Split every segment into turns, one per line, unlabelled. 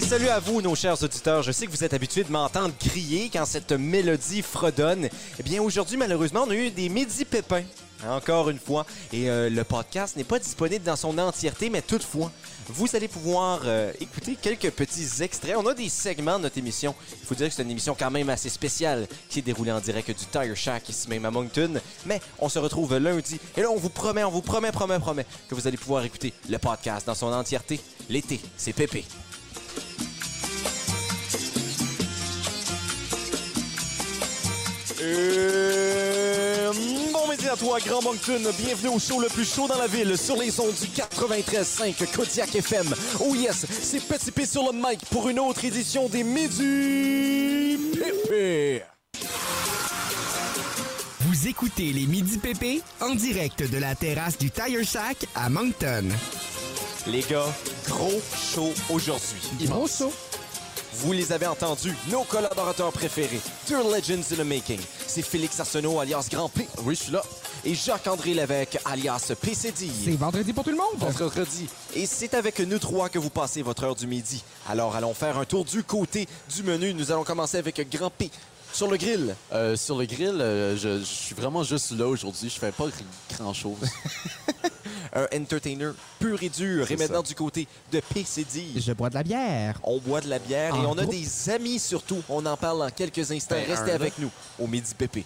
salut à vous, nos chers auditeurs. Je sais que vous êtes habitués de m'entendre crier quand cette mélodie fredonne. Eh bien, aujourd'hui, malheureusement, on a eu des midi pépins. hein, Encore une fois. Et euh, le podcast n'est pas disponible dans son entièreté, mais toutefois, vous allez pouvoir euh, écouter quelques petits extraits. On a des segments de notre émission. Il faut dire que c'est une émission quand même assez spéciale qui s'est déroulée en direct du Tire Shack ici même à Moncton. Mais on se retrouve lundi. Et là, on vous promet, on vous promet, promet, promet que vous allez pouvoir écouter le podcast dans son entièreté. L'été, c'est pépé. Euh, Bon midi à toi, Grand Moncton. Bienvenue au show le plus chaud dans la ville, sur les ondes du 93.5 Kodiak FM. Oh yes, c'est Petit P sur le mic pour une autre édition des Midi Pépé.
Vous écoutez les Midi PP en direct de la terrasse du Tire Shack à Moncton.
Les gars, gros show aujourd'hui.
Gros show.
Vous les avez entendus, nos collaborateurs préférés, Two Legends in the Making. C'est Félix Arsenault, alias Grand P. Oui, je suis là. Et Jacques-André Lévesque, alias PCD.
C'est vendredi pour tout le monde.
vendredi. Et c'est avec nous trois que vous passez votre heure du midi. Alors allons faire un tour du côté du menu. Nous allons commencer avec Grand P sur le grill.
Euh, sur le grill, euh, je, je suis vraiment juste là aujourd'hui. Je fais pas grand chose.
Un entertainer pur et dur. Et
C'est
maintenant
ça.
du côté de PCD.
Je bois de la bière.
On boit de la bière et
En
on a
groupe.
des amis surtout. On en parle en quelques instants.
Ben,
Restez
un,
avec nous au Midi Pépé.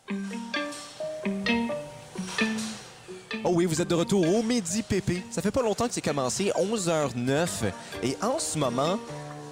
Oh oui, vous êtes de retour au Midi Pépé. Ça fait pas longtemps que c'est commencé, 11h09. Et en ce moment,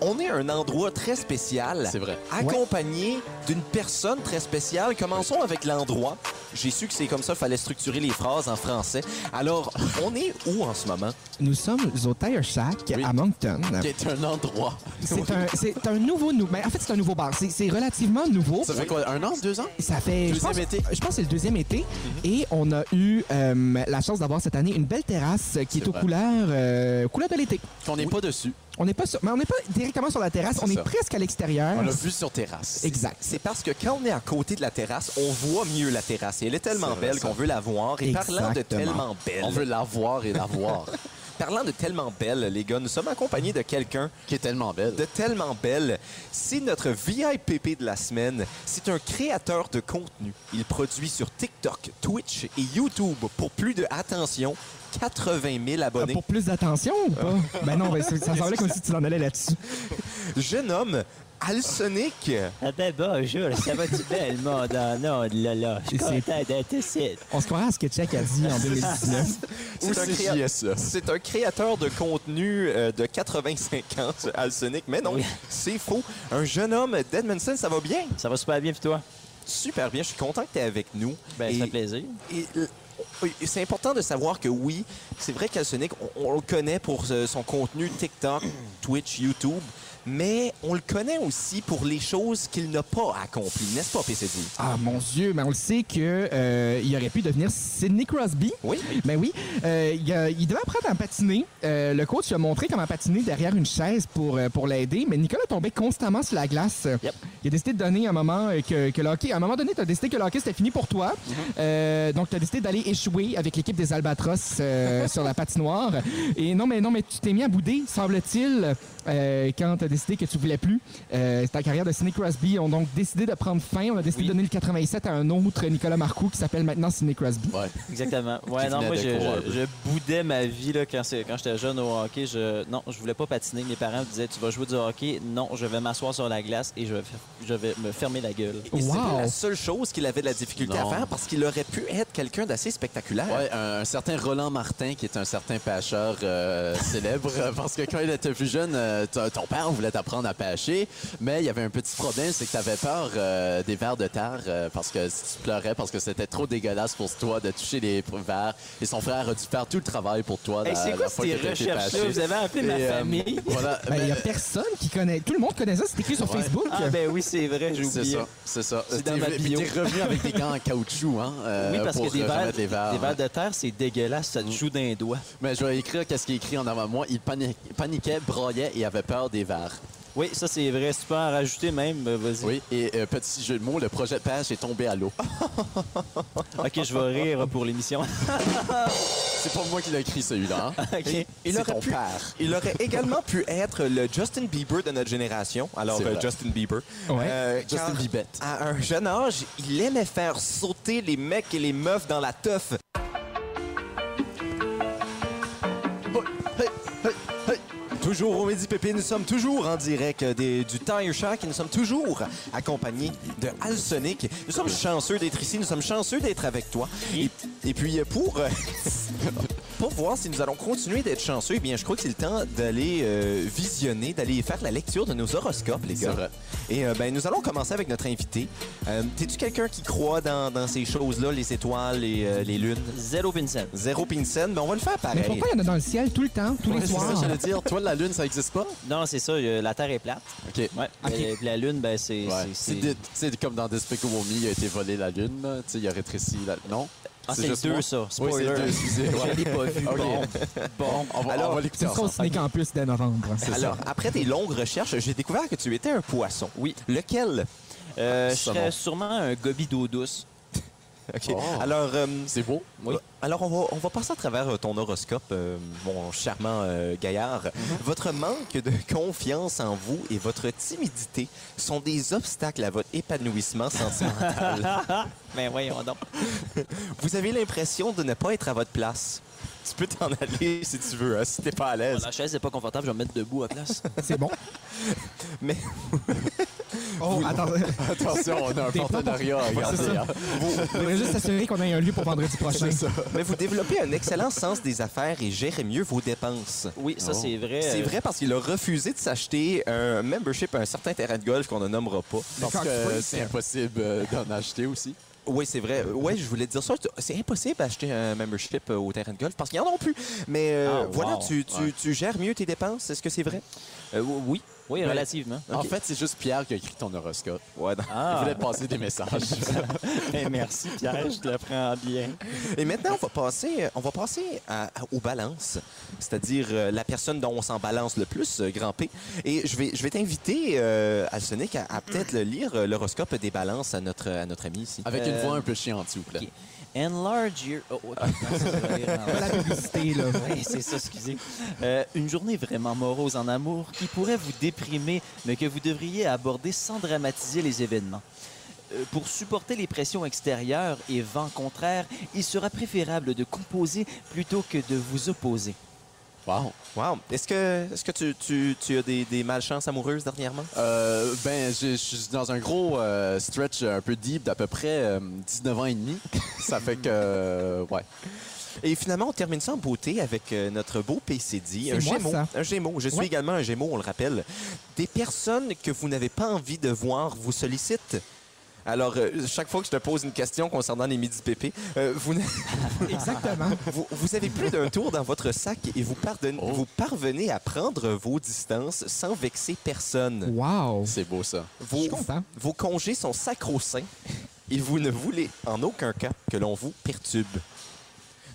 on est à un endroit très spécial.
C'est vrai.
Accompagné d'une personne très spéciale. Commençons avec l'endroit. J'ai su que c'est comme ça, fallait structurer les phrases en français. Alors, on est où en ce moment?
Nous sommes au Tire Shack
Oui.
à Moncton.
Qui est un endroit.
C'est un, c'est un nouveau, nou- ben, en fait, c'est un nouveau bar. C'est, c'est relativement nouveau.
Ça fait quoi, un an, deux ans?
Ça fait, je
Deuxième
pense,
été. Mhm.
je pense que c'est le deuxième été. Et on a eu euh, la chance d'avoir cette année une belle terrasse qui est,
C'est
aux
vrai.
couleurs, euh, couleurs de l'été.
Qu'on n'est pas dessus.
On n'est pas, sur- mais on n'est pas directement sur la terrasse.
C'est
on est
ça.
presque à l'extérieur.
On l'a vu sur terrasse.
Exact.
C'est parce que quand on est à côté de la terrasse, on voit mieux la terrasse. Et elle est tellement
C'est vrai,
belle
ça.
qu'on veut la voir. Et parlant de
Exactement.
tellement belle,
On veut la voir et la voir.
parlant de tellement belle, les gars, nous sommes accompagnés de quelqu'un
qui est tellement belle.
de tellement belle. C'est notre VIPP de la semaine. C'est un créateur de contenu. Il produit sur TikTok, Twitch et YouTube pour plus de, attention, 80 000
Euh,
Ah,
abonnés.
Pour plus d'attention ou pas? ben non, ben, ça ça semblait comme si tu en allais là-dessus.
Jeune homme, Alsonic.
Ah ben bonjour, ça va-tu bien le monde en ondes, là, là? Je suis
Et c'est-
content d'être ici.
On se croirait à ce que Jack a dit en 2019.
C'est un créa-
JSE.
C'est un créateur de contenu euh, de 85 ans, ce Alsonic, mais non,
Oui.
c'est faux. Un jeune homme d'Edmondson, ça va bien?
Ça va super bien, puis toi?
Super bien, je suis content que tu es avec nous.
Ben,
Et-
ça fait plaisir.
et, euh, et c'est important de savoir que oui, c'est vrai qu'Alsonic, on, on le connaît pour euh, son contenu TikTok, Twitch, YouTube, mais on le connaît aussi pour les choses qu'il n'a pas accomplies, n'est-ce pas, PCD?
Ah mon Dieu, mais on le sait que euh, il aurait pu devenir Sidney Crosby.
Oui.
Ben oui, euh, il, a- il devait apprendre à patiner. Euh, le coach lui a montré comment patiner derrière une chaise pour, euh, pour l'aider, mais Nicolas tombait constamment sur la glace.
Yep.
Il a décidé de donner un moment euh, que, que le hockey. À un moment donné, tu as décidé que le hockey c'était fini pour toi. Euh, donc, tu as décidé d'aller échouer avec l'équipe des Albatros euh, sur la patinoire. Et non, mais non, mais tu t'es mis à bouder, semble-t-il, euh, quand tu as décidé que tu voulais plus. Euh, ta carrière de Sidney Crosby. On a donc décidé de prendre fin. On a décidé
Oui.
de donner le 87 à un autre Nicolas Marcoux qui s'appelle maintenant Sidney Crosby.
Ouais.
Exactement. Ouais,
Qui
non,
venait
moi,
de
je,
croire un peu.
je, je boudais ma vie là, quand, c'est- quand j'étais jeune au hockey. Je, non, je voulais pas patiner. Mes parents me disaient Tu vas jouer du hockey Non, je vais m'asseoir sur la glace et je vais, fer- je vais me fermer la gueule.
Et c'est pas
Wow.
la seule chose qu'il avait de la difficulté
Non.
à faire parce qu'il aurait pu être quelqu'un d'assez spectaculaire.
Ouais, un, un certain Roland Martin, qui est un certain pêcheur euh, célèbre, euh, parce que quand il était plus jeune, euh, t- ton père voulait t'apprendre à pêcher, mais il y avait un petit problème, c'est que t'avais peur euh, des vers de terre, euh, parce que si tu pleurais, parce que c'était trop dégueulasse pour toi de toucher les vers, et son frère a dû faire tout le travail pour toi.
Hey,
la-
c'est
la
quoi
fois
ces
que t'as été
recherches-là
pêché.
Vous avez appelé ma
Et, euh,
famille
voilà,
Ben, il
mais-
n'y a personne qui connaît. Tout le monde connaît ça. C'est écrit sur
Ouais.
Facebook.
Ah, ben oui, c'est vrai, j'ai
C'est
oublié.
ça, c'est ça.
C'est dans ma
T'es-
bio.
puis T'es revenu avec des gants en caoutchouc, hein, euh,
Oui, parce
pour
que des
euh,
verres,
remettre les verres. Mm.
des verres de terre, c'est dégueulasse, ça te joue d'un doigt.
Mais je vais écrire qu'est-ce qui est écrit en avant de moi. Il pani- paniquait, broyait et avait peur des verres.
Oui, ça c'est vrai. Si tu peux en rajouter même, euh, vas-y.
Oui, et euh, petit jeu de mots, le projet de page est tombé à l'eau.
Ok, je vais rire pour l'émission.
C'est pas moi qui l'ai écrit celui-là. hein.
Ok.
C'est
aurait
ton
pu-
père.
Il aurait également pu être le Justin Bieber de notre génération. Alors,
C'est
euh,
vrai.
Justin Bieber. Euh,
Ouais.
Justin
car
Bibette.
À un jeune âge, il aimait faire sauter les mecs et les meufs dans la teuf. Toujours au Midi Pépé, nous sommes toujours en direct des- du Tire Shack et nous sommes toujours accompagnés de Alsonic. Nous sommes chanceux d'être ici, nous sommes chanceux d'être avec toi. Et, et puis euh, pour, euh, pour voir si nous allons continuer d'être chanceux, eh bien je crois que c'est le temps d'aller euh, visionner, d'aller faire la lecture de nos horoscopes, les
C'est
gars.
vrai.
Et euh, ben, nous allons commencer avec notre invité. Euh, T'es-tu quelqu'un qui croit dans, dans ces choses-là, les étoiles, et les lunes?
Zéro pincel.
Zéro pincel, mais on va le faire
Mais
pareil.
pourquoi il y en a dans le ciel tout le temps, tous
ben, Ouais,
les
c'est ça,
soirs?
j'allais dire. Toi, la lune, ça existe pas?
Non, c'est ça, euh, la Terre est plate.
OK.
Ouais. Et puis la Lune, ben c'est.
Ouais.
c'est-
C'est
c'est-
des- tu sais, comme dans Despicable Me, il a été volé la lune, là. Tu sais, il a rétréci la... Non?
Ah, c'est le
juste
2,
moi.
ça.
Oui, c'est
Spoiler.
le 2, excusez. Ouais.
Je l'ai pas vu.
OK.
Bon.
Bon, on va, on va l'écouter
Ce sera au
ensemble.
Ciné Campus dès novembre.
Alors, après des longues recherches, j'ai découvert que tu étais un poisson.
Oui.
Lequel?
Euh, je serais
Saumon.
sûrement un gobi d'eau douce.
OK.
Oh.
Alors, euh,
C'est beau?
Oui. Alors, on va, on va passer à travers euh, ton horoscope, euh, mon charmant euh, gaillard. Votre manque de confiance en vous et votre timidité sont des obstacles à votre épanouissement sentimental.
Ben voyons donc.
vous avez l'impression de ne pas être à votre place. Tu peux t'en aller si tu veux, hein, si t'es pas à
Bon,
l'aise.
la chaise n'est pas confortable, je vais me mettre debout à la place.
C'est bon.
Mais-
Oh, attends.
Attention, on a un
Des plans
partenariat à garder. hein.
On faudrait juste s'assurer qu'on ait un lieu pour vendredi prochain.
Mais vous développez un excellent sens des affaires et gérez mieux vos dépenses.
Oui, ça
Oh.
c'est vrai.
C'est
Euh,
vrai parce qu'il a refusé de s'acheter un membership à un certain terrain de golf qu'on ne nommera pas.
Parce
Quand tu
que
peux,
c'est impossible euh, d'en acheter aussi.
Oui, c'est vrai. Oui, je voulais te dire ça. C'est impossible d'acheter un membership euh, au terrain de golf parce qu'il n'y en a plus. Mais euh,
Ah,
voilà,
wow.
tu, tu-
Ouais.
tu gères mieux tes dépenses. Est-ce que c'est vrai?
euh, oui, oui, relativement.
En fait, c'est juste Pierre qui a écrit ton horoscope.
Ouais, non.
Il
Ah,
voulait te passer des messages.
ben, merci Pierre, je te le prends bien.
Et maintenant, on va passer, euh, on va passer à- à- aux balances, c'est-à-dire euh, la personne dont on s'en balance le plus, euh, Grand P. Et je vais, je vais t'inviter, euh, Alsonic, à, à peut-être le lire euh, l'horoscope des balances à notre, à notre ami ici.
Avec une
Euh,
voix un peu chiante, s'il vous plaît.
ok. Enlarge your... Oh, ok. Non, ça, je vais lire en-
La publicité, là.
Oui, c'est ça, excusez. Euh, une journée vraiment morose en amour qui pourrait vous déprimer, mais que vous devriez aborder sans dramatiser les événements. Euh, Pour supporter les pressions extérieures et vents contraires, il sera préférable de composer plutôt que de vous opposer.
Wow.
Wow. Est-ce que, est-ce que tu, tu- tu as des, des malchances amoureuses dernièrement?
Euh, ben, je je suis dans un gros euh, stretch un peu deep d'à peu près euh, 19 ans et demi. Ça fait que. euh, ouais.
Et finalement, on termine ça en beauté avec euh, notre beau PCD,
C'est
un
moi,
gémeau.
ça.
Un gémeau. Je suis
Ouais.
également un gémeau, on le rappelle. Des personnes que vous n'avez pas envie de voir vous sollicitent. Alors, euh, chaque fois que je te pose une question concernant les midi pépé, euh, vous, n'a-
Exactement.
vous, vous avez plus d'un tour dans votre sac et vous, pardonne-
Oh.
vous parvenez à prendre vos distances sans vexer personne.
Wow.
C'est beau, ça.
Oh. Je
Vos,
suis content.
vos congés sont sacro-saints et vous ne voulez en aucun cas que l'on vous perturbe.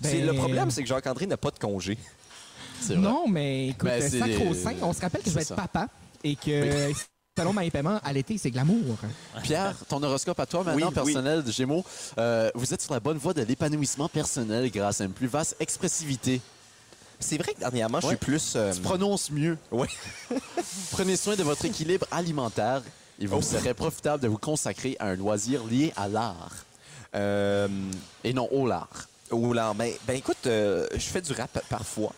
Ben-
C'est- Le problème, c'est que Jacques-André n'a pas de congé.
C'est vrai.
Non, mais écoute,
Ben, c'est
sacro-saint,
des-
on se rappelle que je vais
c'est
être
ça.
papa et que selon ma paiement à l'été, c'est glamour.
Pierre, ton horoscope à toi maintenant,
Oui,
personnel de Gémeaux. Euh, vous êtes sur la bonne voie de l'épanouissement personnel grâce à une plus vaste expressivité.
C'est vrai que dernièrement, je
Ouais.
suis plus. euh,
Tu prononces mieux.
Ouais.
Prenez soin de votre équilibre alimentaire. Il vous
Oh.
serait profitable de vous consacrer à un loisir lié à l'art
euh,
et non au l'art.
au lard. Ben, ben écoute, euh, je fais du rap parfois.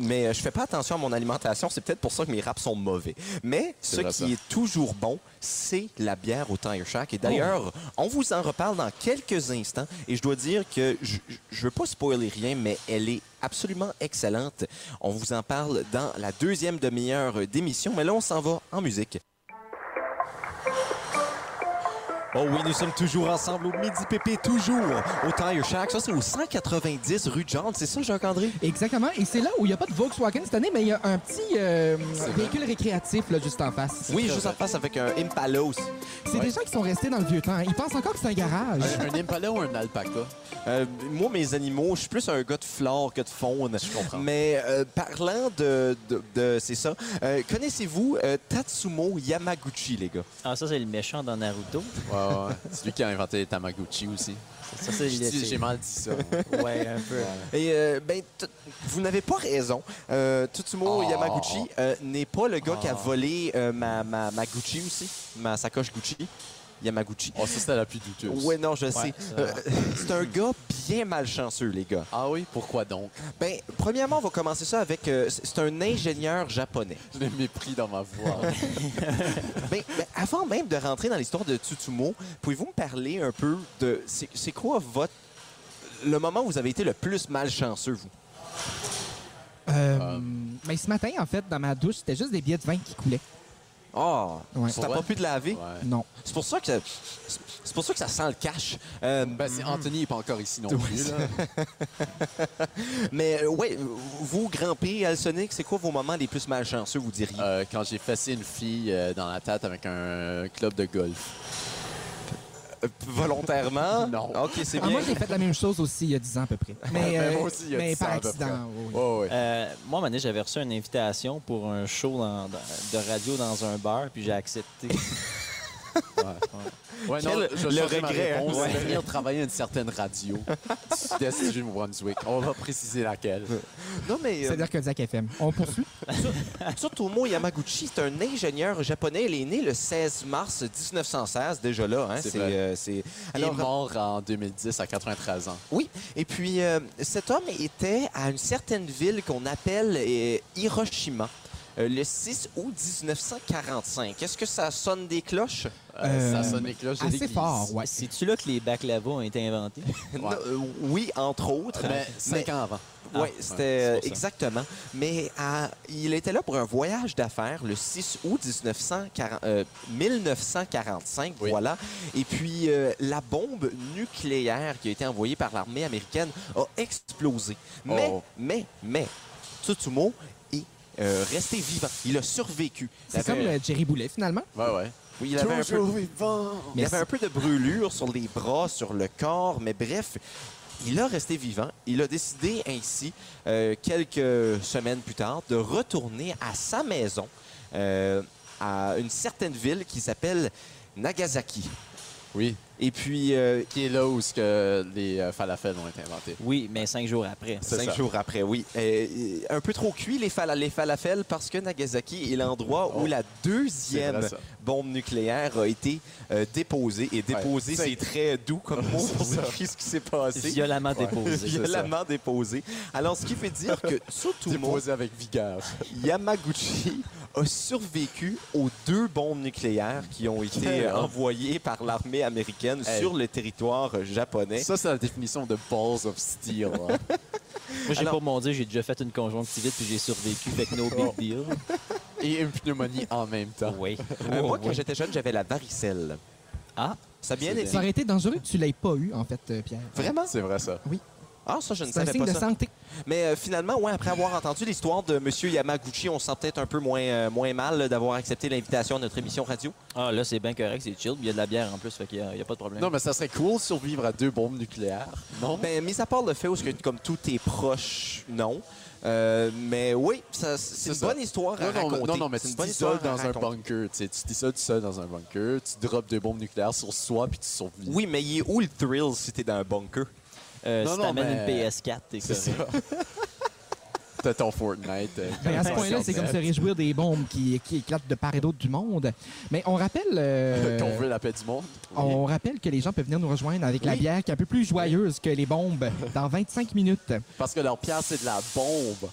Mais euh, je fais pas attention à mon alimentation, c'est peut-être pour ça que mes raps sont mauvais. Mais
C'est
ce
vrai,
qui
ça. Oh.
est toujours bon, c'est la bière au Tire Shack. Et d'ailleurs, on vous en reparle dans quelques instants. Et je dois dire que je, je- je veux pas spoiler rien, mais elle est absolument excellente. On vous en parle dans la deuxième demi-heure d'émission. Mais là, on s'en va en musique. Oh oui, nous sommes toujours ensemble au Midi Pépé, toujours au Tire Shack. Ça, c'est au 190 rue John. C'est ça, Jacques-André?
Exactement. Et c'est là où il n'y a pas de Volkswagen cette année, mais il y a un petit euh, véhicule récréatif là, juste en face.
Oui, juste en face avec un Impala aussi.
C'est des gens qui sont restés dans le vieux temps. hein. Ils pensent encore que c'est un garage.
Un, un impala ou un alpaca?
Euh, moi, mes animaux, je suis plus un gars de flore que de faune.
Je comprends.
Mais euh, parlant de... de- de- c'est ça. euh, Connaissez-vous euh, Tatsumo Yamaguchi, les gars?
Ah, ça, c'est le méchant dans Naruto.
Ouais, ouais. C'est lui qui a inventé les Tamaguchi aussi.
Ça, c'est
J'ai
le-
dit-
c'est-
j'ai mal dit ça.
Ouais, un peu.
Et euh, ben, t- vous n'avez pas raison. Euh, Tutsumo
Oh.
Yamaguchi euh, n'est pas le gars qui
Ah.
a volé euh, ma, ma, ma Gucci aussi, ma sacoche Gucci. Yamaguchi.
Oh, ça, c'était la plus douteuse.
Ouais, non, je sais.
ça-
Euh, c'est un gars bien malchanceux, les gars.
Ah oui? Pourquoi donc?
Ben, premièrement, on va commencer ça avec. euh, c'est c'est un ingénieur japonais.
Je l'ai mépris dans ma voix.
Ben, ben, avant même de rentrer dans l'histoire de Tutsumo, pouvez-vous me parler un peu de. C'est c'est quoi votre. Le moment où vous avez été le plus malchanceux, vous?
Euh, Mais ce matin, en fait, dans ma douche, c'était juste des billets de vin qui coulaient.
Oh,
Ouais.
t'as
Ouais.
pas pu te laver?
Ouais.
Non.
C'est pour ça que c'est pour ça que ça sent le cash. Euh,
Ben, c'est Anthony n'est pas encore ici non plus. là.
mais euh, ouais, vous grimpez Alsonic, c'est quoi vos moments les plus malchanceux, vous diriez
Euh, quand j'ai fessé une fille euh, dans la tête avec un club de golf.
Euh, Volontairement
Non.
Ok, c'est
Ah,
bien.
moi, j'ai fait la même chose aussi il y a 10 ans à peu près. Mais,
Ben,
euh,
moi aussi, il y a
mais
10 ans
par
à peu près.
accident. oui, oui.
Oh, ouais.
Euh, moi, à un moment donné, j'avais reçu une invitation pour un show dans- dans- de radio dans un bar, puis j'ai accepté.
Ouais, non,
quel-
je
le
le regret. Ma
regret, hein.
réponse,
Ouais.
c'est venir travailler à une certaine radio du sud-est du Nouveau-Brunswick. On va préciser laquelle.
Non mais euh,
C'est-à-dire que Zach FM. On poursuit.
Tsutomu Yamaguchi, c'est un ingénieur japonais. Il est né le 16 mars 1916, déjà là. hein,
C'est
c'est,
vrai.
euh, c'est-
Il est
Alors,
mort en 2010 à 93 ans.
Oui, et puis euh, cet homme était à une certaine ville qu'on appelle euh, Hiroshima. euh, le 6 août 1945. Est-ce que ça sonne des cloches?
Euh,
Euh,
ça sonne les cloches de
Assez
l'église.
fort, ouais.
C'est-tu là que les baklava ont été inventés?
Non, euh, oui, entre autres.
Mais cinq ans avant.
Oui,
Ah,
c'était
ouais, c'est
euh,
pour ça.
exactement. Mais à- il était là pour un voyage d'affaires le 6 août 1940 euh, 1945,
Oui.
voilà. Et puis, euh, la bombe nucléaire qui a été envoyée par l'armée américaine a explosé. Mais,
Oh.
mais, mais, Tsutomu est euh, resté vivant. Il a survécu. Il
C'est
avait-
comme euh, Jerry Boulet, finalement.
Ouais, ouais.
oui, il avait un peu...
vivant.
Il y
Merci.
avait un peu de brûlure sur les bras, sur le corps, mais bref, il a resté vivant. Il a décidé ainsi, euh, quelques semaines plus tard, de retourner à sa maison, euh, à une certaine ville qui s'appelle Nagasaki.
Oui.
Et puis, euh,
Qui est là où ce que les euh, falafels ont été inventés.
Oui, mais cinq jours après.
C'est
cinq
ça.
jours après, oui. Euh, un peu trop cuit, les, fala- les falafels, parce que Nagasaki est l'endroit où
Oh.
la
C'est
deuxième
vrai, ça.
bombe nucléaire a été euh, déposée. Et déposée,
C'est-
c'est très doux comme mot pour
ça.
décrire ce qui s'est passé.
Violemment déposé.
c'est ça.
violemment déposé. Alors, ce qui veut dire que Tsutomu
Déposé avec vigueur.
Yamaguchi a survécu aux deux bombes nucléaires qui ont été
Quel
euh,
homme.
envoyées par l'armée américaine
Hey.
sur le territoire euh, japonais.
Ça, c'est la définition de balls of steel. hein.
Moi, j'ai
Alors-
pour mon dire, j'ai déjà fait une conjonctivite puis j'ai survécu avec no
Oh.
big deal.
Et une pneumonie en même temps.
Oui.
Euh, moi,
Oh,
quand
oui.
j'étais jeune, j'avais la varicelle.
Ah,
Ça a bien
C'est
été.
Ça aurait été dangereux que tu l'aies pas eu, en fait, euh, Pierre.
Vraiment?
C'est vrai, ça.
Ah, ça, je ne
C'est un
savais
signe
pas
de
ça.
santé.
Mais euh, finalement, ouais, après avoir entendu l'histoire de M. Yamaguchi, on se sent peut-être un peu moins, euh, moins mal là, d'avoir accepté l'invitation à notre émission radio.
ah là, c'est bien correct, c'est chill. puis Il y a de la bière en plus, fait qu'il n'y a, il y a pas de problème.
Non, mais ça serait cool survivre à deux bombes nucléaires. Non?
Ben, mis à part le fait où, est-ce que, comme tout est proche, non. Euh, mais oui, ça-
C'est
c'est une
ça.
bonne histoire à
non, non,
raconter.
non, non, mais
C'est
tu
une bonne
t'isoles
histoire à
dans un
raconter.
bunker. tu sais, Tu t'isoles tout seul dans un bunker, tu drops deux bombes nucléaires sur soi, puis tu survis.
Oui, mais il est où le thrill si t'es dans un bunker?
Euh,
non,
si
non,
t'amènes
mais-
une PS4, t'es
c'est ça.
correct.
T'as ton Fortnite. euh,
Mais Ben, à ce point-là, c'est comme se réjouir des bombes qui, qui éclatent de part et d'autre du monde. Mais on rappelle, euh,
Qu'on veut la paix du monde.
on rappelle que les gens peuvent venir nous rejoindre avec la bière qui est un peu plus joyeuse que les bombes dans 25 minutes.
Parce que leur pierre, c'est de la bombe.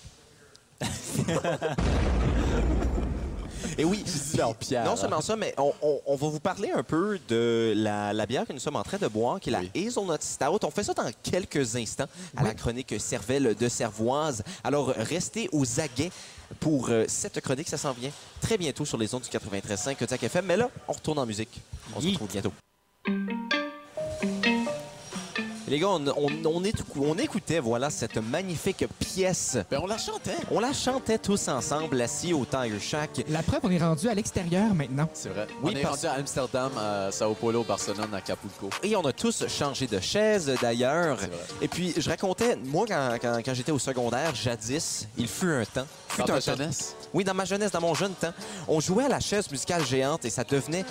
Et Eh oui,
dit leur pierre,
Non
hein.
seulement ça, mais on, on- on va vous parler un peu de la, la bière que nous sommes en train de boire, qui est la
Oui.
Hazelnut Stout. On fait ça dans quelques instants à la chronique Cervelle de Cervoise. Alors, restez aux aguets pour euh, cette chronique. Ça s'en vient très bientôt sur les ondes du 93.5 Kodak FM. Mais là, on retourne en musique. On se
Yeet.
retrouve bientôt. Les gars, on, on- on écou- on écoutait voilà cette magnifique pièce.
Ben, on la chantait.
On la chantait tous ensemble, assis au Tiger Shack.
La preuve, on est rendu à l'extérieur maintenant.
C'est vrai.
Oui,
on est
parce-
rendu à Amsterdam, à Sao Paulo, Barcelone, Acapulco.
Et on a tous changé de chaise d'ailleurs.
C'est vrai.
Et puis, je racontais, moi, quand, quand- quand j'étais au secondaire, jadis, il fut un temps. fut
Dans
un
ta
temps.
jeunesse.
Oui, dans ma jeunesse, dans mon jeune temps, on jouait à la chaise musicale géante et ça devenait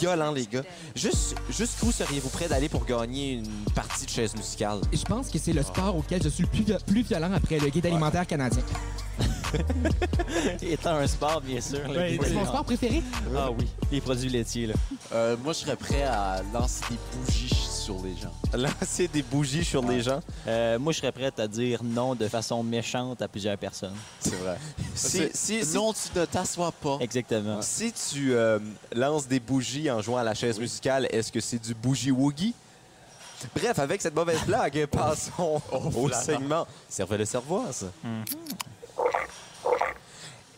violent, les gars. Juste, jusqu'où seriez-vous prêt d'aller pour gagner une partie de chaise musicale?
Et Je pense que c'est le sport auquel je suis le plus, plus violent après le guide alimentaire canadien.
Étant un sport, bien sûr. le
C'est
guide.
mon sport préféré.
Ah oui, les produits laitiers, là.
Euh, moi, je serais prêt à lancer des bougies sur les gens.
Lancer des bougies sur les gens.
Euh, moi, je serais prête à dire non de façon méchante à plusieurs personnes.
C'est vrai.
Si,
C'est-
si, si,
non, tu ne t'assois pas.
Exactement.
si tu euh, lances des bougies en jouant à la chaise musicale, est-ce que c'est du bougie woogie? Bref, avec cette mauvaise blague, passons au
Flavard.
segment Cervelle cervoise.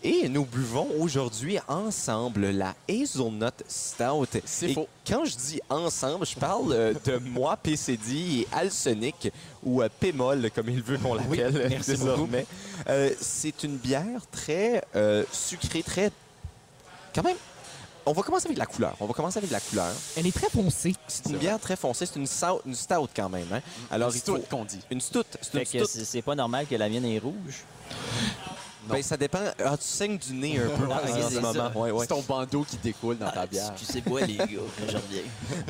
Et nous buvons aujourd'hui ensemble la Hazelnut Stout.
C'est
Et
faux.
Quand je dis ensemble, je parle euh, de moi, PCD et Alsonic, ou euh, Pémol, comme il veut qu'on l'appelle
merci
désormais. Euh, c'est une bière très euh, sucrée, très. Quand même. On va commencer avec la couleur. On va commencer avec la couleur.
Elle est très foncée.
C'est une
vrai.
bière très foncée. C'est une, sau- une stout quand même. hein. Alors, il
C'est
faut-
tout qu'on dit.
Une stout. C'est
Fait
une
que
stout.
c'est c'est pas normal que la mienne est rouge.
Ben, ça dépend. Ah, tu saignes du nez un peu
Ah,
en
oui,
ce
c'est
moment. Ouais, ouais.
C'est ton bandeau qui découle dans ta bière.
sais quoi, Ah, les gars, quand je reviens.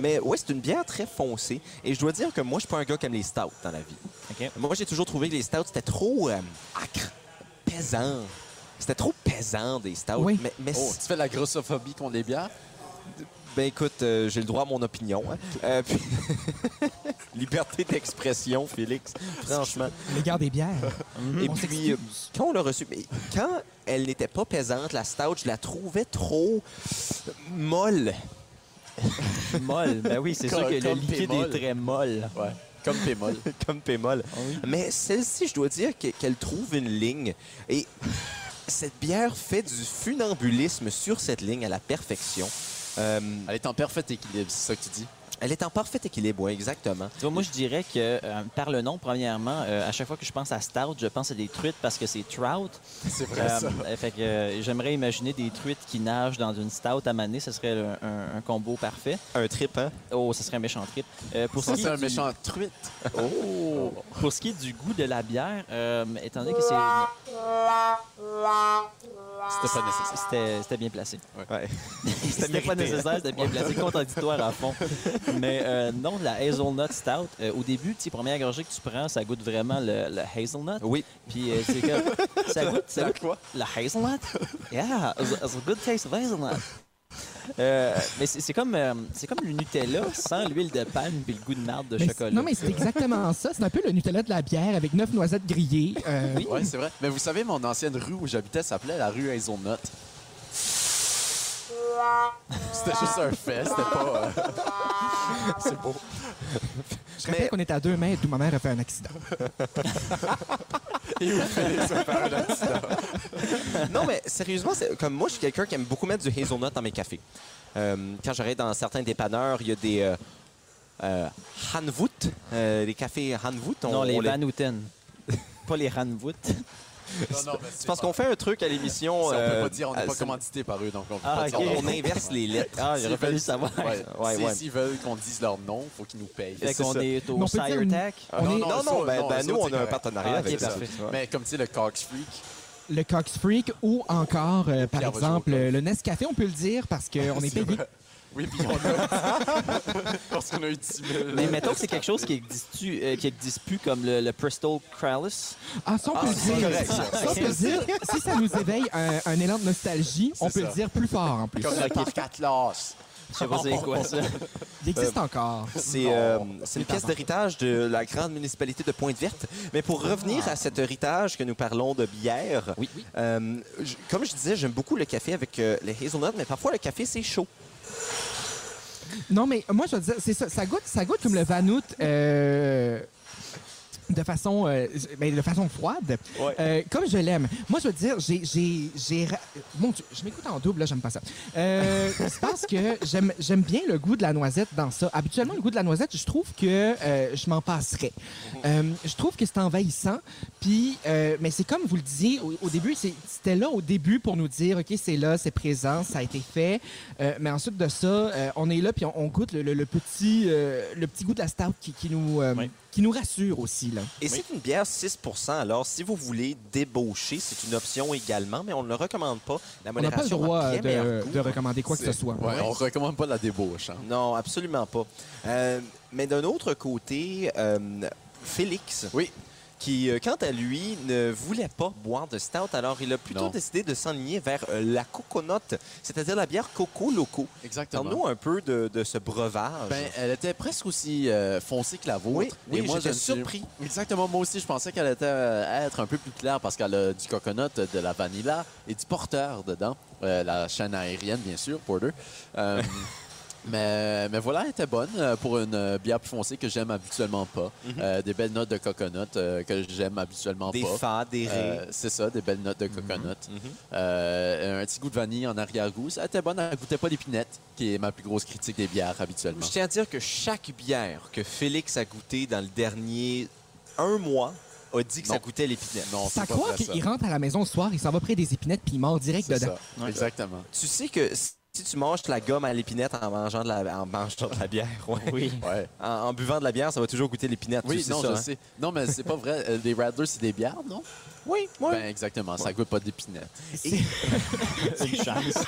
Mais ouais, c'est une bière très foncée. Et je dois dire que moi, je suis pas un gars comme les stouts dans la vie.
OK.
Moi, j'ai toujours trouvé que les stouts, c'était trop euh, acre, pesant. C'était trop pesant, des stouts.
Oui.
Mais, mais
Oh, tu fais la grossophobie contre les bières?
Ben écoute, euh, j'ai le droit à mon opinion. hein. Euh, puis- Liberté d'expression, Félix. Franchement.
Le garde des bières.
Et
Mhm. On
puis,
s'excuse.
euh, quand on l'a reçu, mais quand elle n'était pas pesante, la stout, je la trouvais trop molle.
Molle. Ben oui, c'est
Comme-
sûr que le
comme
liquide
Pémol.
est très molle.
Ouais. Comme Pémol.
comme Pémol.
oui.
Mais celle-ci, je dois dire que- qu'elle trouve une ligne. Et cette bière fait du funambulisme sur cette ligne à la perfection. Euh,
Elle est en parfait équilibre, c'est ça que tu dis.
elle est en parfait équilibre, oui, exactement.
Tu vois, moi, je dirais que euh, par le nom, premièrement, euh, à chaque fois que je pense à Stout, je pense à des truites parce que c'est Trout.
C'est
Euh, euh, fait que euh, j'aimerais imaginer des truites qui nagent dans une Stout à maner. Ce serait un, un- un combo parfait.
Un trip, hein?
Oh, ce serait un méchant trip. Euh, pour, ce
Ça,
qui
c'est
est
un
du-
méchant truite. Oh!
pour ce qui est du goût de la bière, euh, étant donné que c'est une- Ah.
C'était pas nécessaire.
C'était c'était bien placé.
Ouais.
C'était pas
mérité,
nécessaire, c'était bien placé. Contradictoire à fond. Mais euh, non, la hazelnut stout, euh, au début, tu sais, première gorgée que tu prends, ça goûte vraiment le, le hazelnut.
Oui.
Puis euh, c'est comme. Ça goûte. Ça
La
goûte
quoi?
la hazelnut? Yeah, it's a- it's a good taste of hazelnut. Euh, mais c'est c'est comme, euh, c'est comme le Nutella sans l'huile de palme puis le goût de marde de
Mais c'est-
chocolat.
non, mais c'est exactement ça. C'est un peu le Nutella de la bière avec neuf noisettes grillées. Euh,
Ouais, c'est vrai. Mais vous savez, mon ancienne rue où j'habitais s'appelait la rue Hazelnut. C'était juste un fait, c'était pas. euh, c'est beau.
je rappelle qu'on est à deux mètres d'où ma mère a fait un accident.
Et où Félix va faire un accident.
non, mais sérieusement, c'est- comme moi, je suis quelqu'un qui aime beaucoup mettre du hazelnut dans mes cafés. Euh, quand j'arrive dans certains dépanneurs, il y a des euh, euh, Hanwood, euh, des cafés Hanwood. On-
Non, les
on
Van Houten. Pas les Ranwood.
Non, non, mais
C'est
c'est
parce qu'on fait un truc à l'émission.
On peut
euh,
pas dire, on
à-
n'est pas commandité par eux, donc on peut
Ah,
pas
ok.
dire leur
on
nom.
inverse les lettres.
Ah, j'aurais
S'ils
fallu
veulent-
savoir.
Ouais.
Ouais,
S'ils-
ouais.
S'ils veulent qu'on dise leur nom, faut qu'ils nous payent.
Fait
c'est
qu'on
ça.
est
Mais
au
on peut dire
Sire
une-
Tech.
On est-
Non,
ça,
non, ben,
non,
ben,
ça,
nous, on
c'est
a un
correct.
partenariat
Ah, ok,
avec ça.
parfait.
Mais comme tu sais, le Cox Freak,
Le Cox Freak ou encore, euh, par
Pierre va jouer au
exemple,
golf.
euh, le Nescafé, on peut le dire parce qu'on est
C'est
payé.
vrai. Oui, puis on a. Parce qu'on a eu 10 000.
Mais mettons que c'est quelque chose qui existe, qui existe plus comme le, le Bristol Crowless.
Ah, ça, on peut le
c'est
dire.
correct, ça.
Ça, on peut le dire. Si ça nous éveille un, un élan de nostalgie, on
C'est
peut le
ça.
dire plus fort en plus.
Comme le parc Atlas.
Je sais
Ah,
pas c'est quoi ça.
Il existe encore.
C'est
Non.
euh, c'est une pièce d'héritage de la grande municipalité de Pointe-Verte. Mais pour revenir à cet héritage que nous parlons de bière,
Oui.
euh, j- comme je disais, j'aime beaucoup le café avec euh, les hazelnuts, mais parfois le café, c'est chaud.
Non, mais moi, je veux dire, c'est ça, ça goûte, ça goûte comme le vanout euh, de façon, euh, ben, de façon froide,
Ouais.
Euh, comme je l'aime. Moi, je veux dire, j'ai- j'ai- j'ai ra- Mon Dieu, je m'écoute en double, là, j'aime pas ça. Euh, c'est parce que j'aime j'aime bien le goût de la noisette dans ça. Habituellement, le goût de la noisette, je trouve que euh, je m'en passerais. Euh, je trouve que c'est envahissant. Puis, euh, mais c'est comme vous le disiez au, au début, c'est- c'était là au début pour nous dire, OK, c'est là, c'est présent, ça a été fait. Euh, mais ensuite de ça, euh, on est là, puis on, on goûte le, le- le petit, euh, le petit goût de la stout qui, qui nous, euh,
Oui.
qui nous rassure aussi. Là.
Et c'est une bière 6 alors si vous voulez débaucher, c'est une option également, mais on ne le recommande pas. La
On n'a pas le
modération
droit euh,
a bien meilleur
de,
goût.
de recommander quoi que ce
C'est-
soit.
Ouais, On recommande pas la débauche. hein.
Non, absolument pas. Euh, mais d'un autre côté, euh, Félix,
Oui.
qui, euh, quant à lui, ne voulait pas boire de stout, alors il a plutôt
Non.
décidé de s'enligner vers euh, la coconut, c'est-à-dire la bière coco loco.
Exactement.
Parle-nous un peu de, de ce breuvage.
Ben, elle était presque aussi euh, foncée que la vôtre.
Oui, oui,
Et moi,
j'étais
je me suis-
surpris.
Exactement, moi aussi, je pensais qu'elle était euh, être un peu plus claire parce qu'elle a du coconut, euh, de la vanilla et du porteur dedans. Euh, la chaîne aérienne, bien sûr, Porter. Euh, mais, mais voilà, elle était bonne euh, pour une euh, bière plus foncée que j'aime habituellement pas. Euh, des belles notes de coconut euh, que j'aime habituellement
Mhm. des Mhm.
pas.
fades, des
Euh,
raies.
c'est ça, des belles notes de coconut. Euh, un petit goût de vanille en arrière-goût. Ça était bonne, elle goûtait pas l'épinette, qui est ma plus grosse critique des bières habituellement.
Je tiens à dire que chaque bière que Félix a goûtée dans le dernier un mois a dit que ça
Non.
goûtait l'épinette.
Non,
Ça
c'est pas
croit
vrai, ça.
qu'il rentre à la maison le soir, il s'en va près des épinettes, puis il mord direct
C'est
dedans.
ça, exactement.
Tu sais que si tu manges de la gomme à l'épinette en mangeant de la, en mangeant de la bière, ouais.
Ouais.
en, en buvant de la bière, ça va toujours goûter l'épinette. tu
Oui,
sais
non,
ça,
je
hein?
sais. Non, mais c'est pas vrai. Euh, Les Rattlers, c'est des bières, non?
Oui, oui.
Ben, exactement. Ça goûte pas d'épinette.
C'est une chance.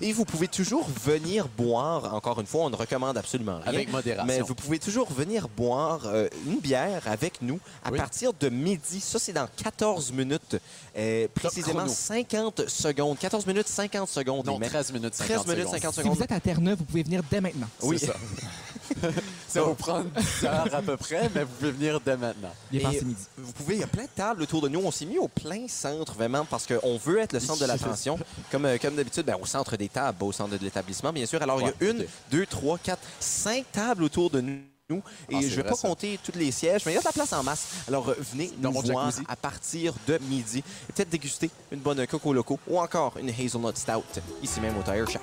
Et vous pouvez toujours venir boire, encore une fois, on ne recommande absolument rien.
Avec modération.
mais vous pouvez toujours venir boire euh, une bière avec nous à
Oui.
partir de midi. Ça, c'est dans 14 minutes, euh, précisément
chrono.
50 secondes. 14 minutes 50 secondes.
Non,
les mecs.
13 minutes 50
13 minutes
secondes.
50
Si
secondes.
vous êtes à Terre-Neuve, vous pouvez venir dès maintenant.
Oui.
C'est ça. ça va vous prendre 10 heures à peu près, mais vous pouvez venir dès maintenant.
Il est
Et-
passé midi.
Vous pouvez, il y a plein de tables autour de nous. On s'est mis au plein centre, vraiment, parce qu'on veut être le centre de l'attention. Comme, euh, comme d'habitude, ben, au centre des tables, pas au centre de l'établissement, bien sûr. Alors, il y a
Ouais,
une,
ok.
deux, trois, quatre, cinq tables autour de nous. Et
Ah,
je
c'est
ne vais
vrai,
pas
ça.
compter tous les sièges, mais il y a de la place en masse. Alors, euh, venez
Dans
nous
mon
voir
jacuzzi.
à partir de midi. Et Peut-être déguster une bonne Coco Loco ou encore une Hazelnut Stout, ici même au Tire Shack.